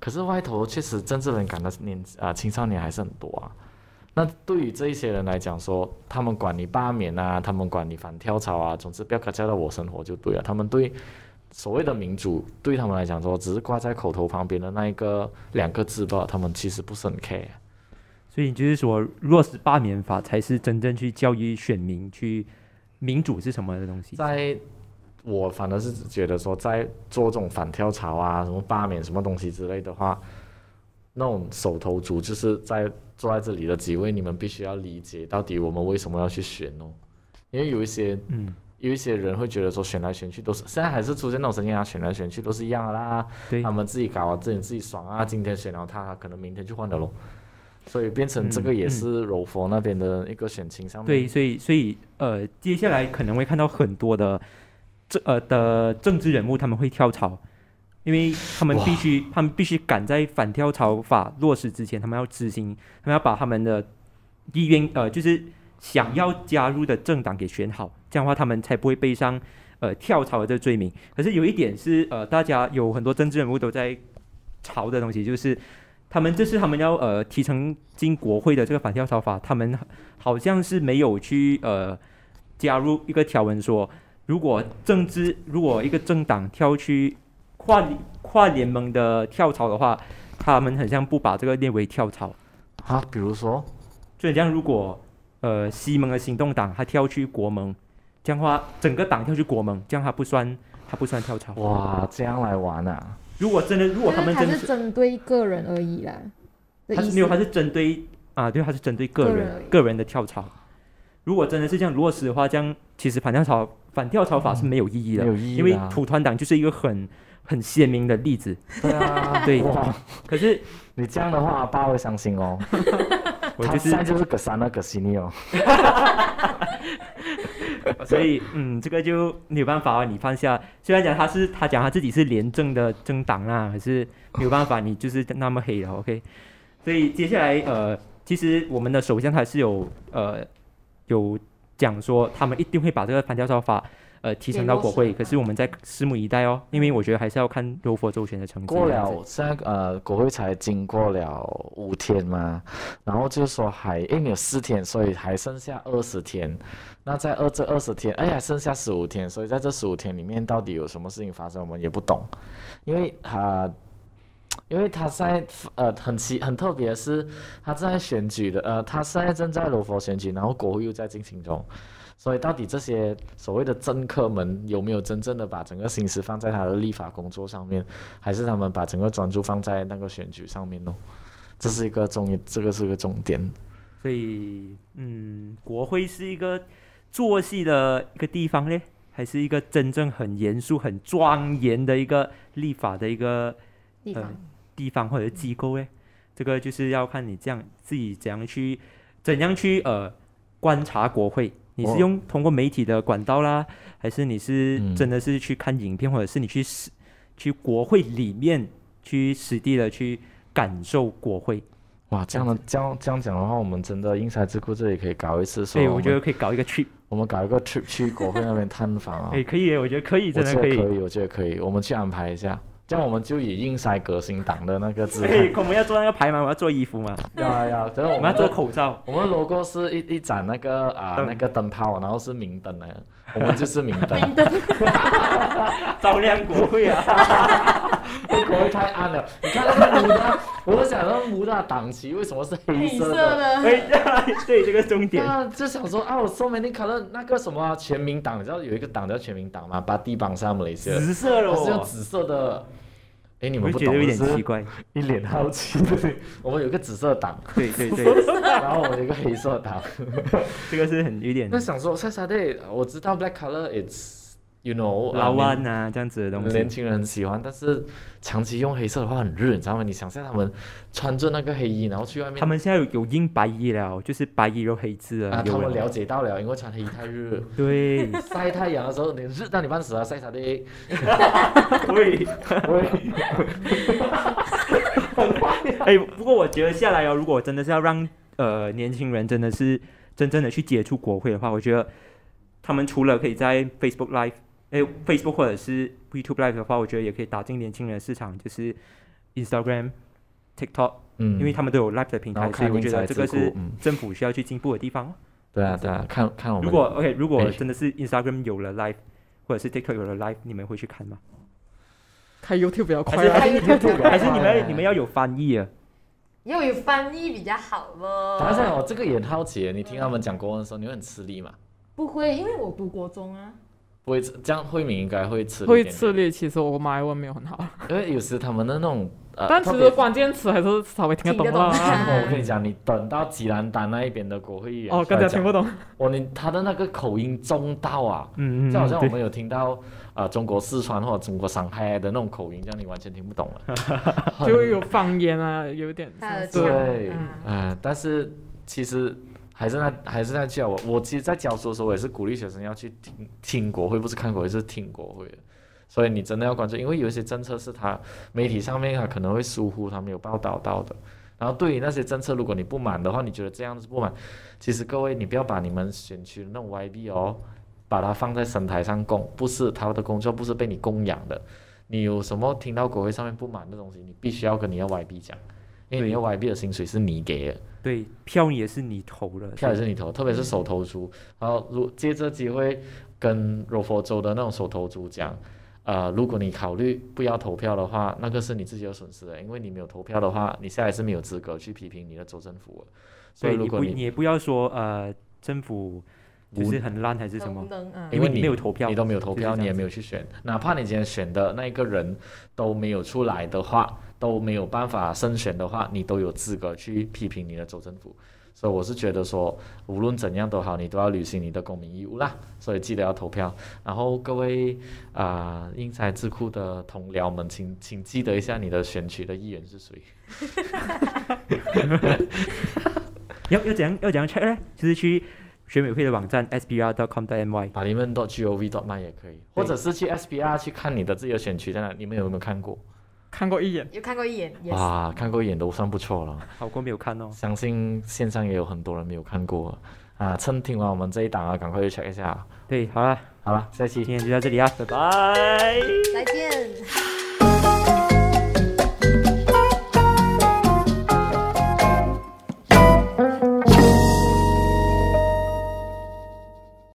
Speaker 2: 可是外头确实政治冷感的年啊、青少年还是很多啊。那对于这一些人来讲说，他们管你罢免啊，他们管你反跳槽啊，总之不要干涉到我生活就对了。他们对所谓的民主，对他们来讲说，只是挂在口头旁边的那一个两个字吧，他们其实不是很 care。
Speaker 1: 所以你就是说，落实罢免法才是真正去教育选民去民主是什么的东西。
Speaker 2: 在我反而是觉得说，在做这种反跳槽啊、什么罢免什么东西之类的话，那种手头族就是在坐在这里的几位，你们必须要理解到底我们为什么要去选哦，因为有一些
Speaker 1: 嗯，
Speaker 2: 有一些人会觉得说选来选去都是，现在还是出现那种声音啊，选来选去都是一样的啦，
Speaker 1: 对
Speaker 2: 他，们自己搞啊，自己自己爽啊，今天选了他，可能明天就换了咯，所以变成这个
Speaker 1: 嗯
Speaker 2: 也
Speaker 1: 嗯
Speaker 2: 是柔佛那边的一个选情上面，
Speaker 1: 对，所以所以呃，接下来可能会看到很多的政呃的政治人物他们会跳槽，因为他们必须他们必须赶在反跳槽法落实之前，他们要执行，他们要把他们的意愿呃就是想要加入的政党给选好，这样的话他们才不会背上呃跳槽的这个罪名。可是有一点是呃，大家有很多政治人物都在吵的东西，就是他们这是他们要呃提成进国会的这个反跳槽法，他们好像是没有去呃加入一个条文说，如果政治如果一个政党跳去跨跨联盟的跳槽的话，他们很像不把这个列为跳槽。
Speaker 2: 啊，比如说
Speaker 1: 就很像如果呃西盟的行动党他跳去国盟，这样的话整个党跳去国盟，这样他不算他不算跳槽。
Speaker 2: 哇，这样来玩啊。
Speaker 1: 如果真的如果他们真的
Speaker 4: 是
Speaker 1: 是
Speaker 4: 针对个人而已啦。的
Speaker 1: 他
Speaker 4: 意
Speaker 1: 是
Speaker 4: 思
Speaker 1: 没有他是针对啊对他是针对个
Speaker 4: 个人而
Speaker 1: 人
Speaker 4: 已
Speaker 1: 个人的跳槽。如果真的是这样落实的话，这样其实反跳槽反跳槽法是没有意义
Speaker 2: 嗯
Speaker 1: 的，
Speaker 2: 没有意义
Speaker 1: 因为
Speaker 2: 的啊
Speaker 1: 土团党就是一个很很鲜明的例子。
Speaker 2: 对啊，
Speaker 1: 对
Speaker 2: 哇，
Speaker 1: 可是
Speaker 2: 你这样的话，爸会伤心哦。
Speaker 1: 我
Speaker 2: 他
Speaker 1: 就是
Speaker 2: 现在就是葛三那葛西尼哦。
Speaker 1: 所以，嗯，这个就没有办法啊，你放下。虽然讲他是他讲他自己是廉政的政党啦，可是没有办法，你就是那么黑了，OK。所以接下来，呃，其实我们的首相还是有呃有讲说，他们一定会把这个反跳槽法呃提呈到国会，可是我们在拭目以待哦，因为我觉得还是要看柔佛周选的成绩。啊
Speaker 2: 过了现在呃国会才经过了五天嘛，然后就说还因为有四天，所以还剩下二十天。那在二这二十天，哎呀，剩下十五天，所以在这十五天里面，到底有什么事情发生，我们也不懂，因为啊、呃因为他现在呃很奇很特别的是，他正在选举的，呃，他现在正在柔佛选举，然后国会又在进行中，所以到底这些所谓的政客们有没有真正的把整个心思放在他的立法工作上面，还是他们把整个专注放在那个选举上面呢？这是一个重，这个是个重点。
Speaker 1: 所以，嗯，国会是一个做戏的一个地方嘞，还是一个真正很严肃、很庄严的一个立法的一个
Speaker 4: 地方。
Speaker 1: 嗯地方或者机构嘞？这个就是要看你这样自己怎样去怎样去呃观察国会。你是用通过媒体的管道啦，还是你是
Speaker 2: 哦嗯
Speaker 1: 真的是去看影片，或者是你去实去国会里面去实地的去感受国会？
Speaker 2: 哇，这样的这样这样讲的话，我们真的英才智库这里可以搞一次说，
Speaker 1: 所哎以我
Speaker 2: 们
Speaker 1: 觉得可以搞一个 trip，
Speaker 2: 我们搞一个 trip 去国会那边探访啊、
Speaker 1: 哎，可以耶，我觉得可以，
Speaker 2: 我
Speaker 1: 真
Speaker 2: 觉
Speaker 1: 的
Speaker 2: 得
Speaker 1: 可以。
Speaker 2: 可以，我觉得可以，我们去安排一下。这样我们就以硬塞革新党的那个姿
Speaker 1: 可以，
Speaker 2: 态，
Speaker 1: 哎可我们要做那个牌嘛，我要做衣服嘛，
Speaker 2: 要要，等
Speaker 1: 我
Speaker 2: 我
Speaker 1: 们
Speaker 2: 们
Speaker 1: 要做
Speaker 2: 的
Speaker 1: 口罩。
Speaker 2: 我们 logo 是一一盏那个啊、
Speaker 1: 灯
Speaker 2: 那个灯泡，然后是明灯的，我们就是 明灯，
Speaker 1: 照亮国会啊！
Speaker 2: 国会太暗了。你看那个穆大，我就想到穆大党旗为什么是黑色的？
Speaker 4: 的，
Speaker 1: 哎，对这个重点，
Speaker 2: 那就想说啊，我 so many color 那个什么啊、全民党，你知道有一个党叫全民党吗？把地绑上雷西亚，
Speaker 1: 紫色了
Speaker 2: 它是用
Speaker 1: 哦，
Speaker 2: 紫色的。哎，你
Speaker 1: 我
Speaker 2: 们不
Speaker 1: 就觉
Speaker 2: 懂，
Speaker 1: 得有点
Speaker 2: 是
Speaker 1: 奇怪。
Speaker 2: 一脸好奇。对， 我们有个紫色 党，
Speaker 1: 对对 对，
Speaker 2: 然后我们有一个黑色党。
Speaker 1: 这个是很有点
Speaker 2: 那想说 Saturday，我知道 black color it's you know
Speaker 1: 老
Speaker 2: 弯。
Speaker 1: 弯啊这样子的东西
Speaker 2: 年。轻人很喜欢，但是长期用黑色的话很热，你知道吗？你想象他们穿着那个黑衣，然后去外面，
Speaker 1: 他们现在有有印白衣了，就是白衣有黑字
Speaker 2: 啊，
Speaker 1: 了，
Speaker 2: 他
Speaker 1: 有
Speaker 2: 们
Speaker 1: 人
Speaker 2: 了解到了，因为穿黑衣太 热，
Speaker 1: 对
Speaker 2: 晒太阳的时候你热到你半死啊，晒啥的，
Speaker 1: 对，
Speaker 2: 喂
Speaker 1: 哎，不过我觉得下来哦，如果真的是要让呃年轻人真的是真正的去接触国会的话，我觉得他们除了可以在 Facebook Live。哎，Facebook 或者是 YouTube Live 的话，我觉得也可以打进年轻人的市场，就是 Instagram、TikTok，
Speaker 2: 嗯，
Speaker 1: 因为他们都有 Live 的平
Speaker 2: 然
Speaker 1: 台
Speaker 2: 后，
Speaker 1: 所以
Speaker 2: 看
Speaker 1: 我觉得这个
Speaker 2: 英才智
Speaker 1: 是
Speaker 2: 库嗯
Speaker 1: 政府需要去进步的地方哦。
Speaker 2: 对啊对啊，看看我们
Speaker 1: 如果 OK，如果
Speaker 2: 哎
Speaker 1: 真的是 Instagram 有了 Live，或者是 TikTok 有了 Live，你们会去看吗？
Speaker 3: 开 YouTube 比较
Speaker 2: 哦
Speaker 1: 还
Speaker 3: 快
Speaker 1: 是
Speaker 3: 啊。
Speaker 1: 还是还是你
Speaker 2: 哎
Speaker 1: 们你们要有翻译啊？
Speaker 4: 又有翻译比较好咯。
Speaker 2: 但是我哦这个也很好奇，你听他们讲国文的时候，你会很吃力嘛？
Speaker 4: 不会，因为我读国中啊。
Speaker 2: 不会这样，慧敏应该会吃力一
Speaker 3: 会
Speaker 2: 点
Speaker 3: 吃力，其实我马来文没有很好，
Speaker 2: 因为有时他们的那种呃，
Speaker 3: 但
Speaker 2: 特
Speaker 3: 其
Speaker 2: 别
Speaker 3: 实关键词还是稍微听得懂啦。
Speaker 4: 听 得懂
Speaker 2: 我跟你讲，你等到吉兰丹那一边的国会议员
Speaker 3: 哦，刚才听
Speaker 2: 全
Speaker 3: 不
Speaker 2: 部
Speaker 3: 懂。
Speaker 2: 我你他的那个口音重到啊，
Speaker 1: 嗯嗯，
Speaker 2: 就好像我
Speaker 1: 对
Speaker 2: 们有听到呃中国四川或者中国上海的那种口音，这样你完全听不懂啊 了。
Speaker 3: 就有方言啊，有点
Speaker 4: 大的
Speaker 3: 像是
Speaker 4: 腔
Speaker 2: 对
Speaker 4: 嗯，
Speaker 2: 呃，但是其实还是那还是那句啊，我我其实，在教书的时候，我也是鼓励学生要去听听国会，不是看国会，是听国会的。所以你真的要关注，因为有一些政策是他媒体上面他可能会疏忽，他没有报道到的。然后对于那些政策，如果你不满的话，你觉得这样子不满，其实各位你不要把你们选区的那种 YB 哦，把它放在神台上供，不是他的工作，不是被你供养的。你有什么听到国会上面不满的东西，你必须要跟你的 YB 讲，因为你的 YB 的薪水是你给的，
Speaker 1: 对票也是你投了，
Speaker 2: 票也是你投，特别是手头族。然后如借这机会跟柔佛州的那种手头族讲，呃，如果你考虑不要投票的话，那个是你自己的损失的，因为你没有投票的话，你下来是没有资格去批评你的州政府的。所
Speaker 1: 所
Speaker 2: 以
Speaker 1: 以
Speaker 2: 如
Speaker 1: 你
Speaker 2: 果
Speaker 1: 不
Speaker 2: 你
Speaker 1: 你也不要说呃政府就是很烂还是什
Speaker 4: 能不
Speaker 1: 么，
Speaker 4: 能啊？
Speaker 1: 因
Speaker 2: 因
Speaker 1: 为
Speaker 2: 为
Speaker 1: 你
Speaker 2: 你
Speaker 1: 没有投票
Speaker 2: 你，都没有投
Speaker 1: 就是这样
Speaker 2: 票，
Speaker 1: 子
Speaker 2: 你也没有去选，哪怕你今天选的那一个人都没有出来的话，都没有办法胜选的话，你都有资格去批评你的州政府。所以我是觉得说，无论怎样都好，你都要履行你的公民义务啦。所以记得要投票。然后各位啊，英才智库的同僚们，请请记得一下你的选区的议员是谁。
Speaker 1: 要要怎样要怎样 check 呢？就是去选委会的网站 sbr.com.my，
Speaker 2: 把你们 .gov .my 也可以，或者是去 SBR 去看你的自己的选区在哪。你们有没有看过？
Speaker 3: 看过一眼，
Speaker 4: 有看过一眼，yes，
Speaker 1: 啊
Speaker 2: 哇，看过一眼都算不错了。
Speaker 1: 好过没有看哦。
Speaker 2: 相信线上也有很多人没有看过啊，趁听完我们这一档啊，赶快去 check 一下
Speaker 1: 对，好了，
Speaker 2: 好了，下期
Speaker 1: 今天就到这里啊，拜拜。
Speaker 4: 再见。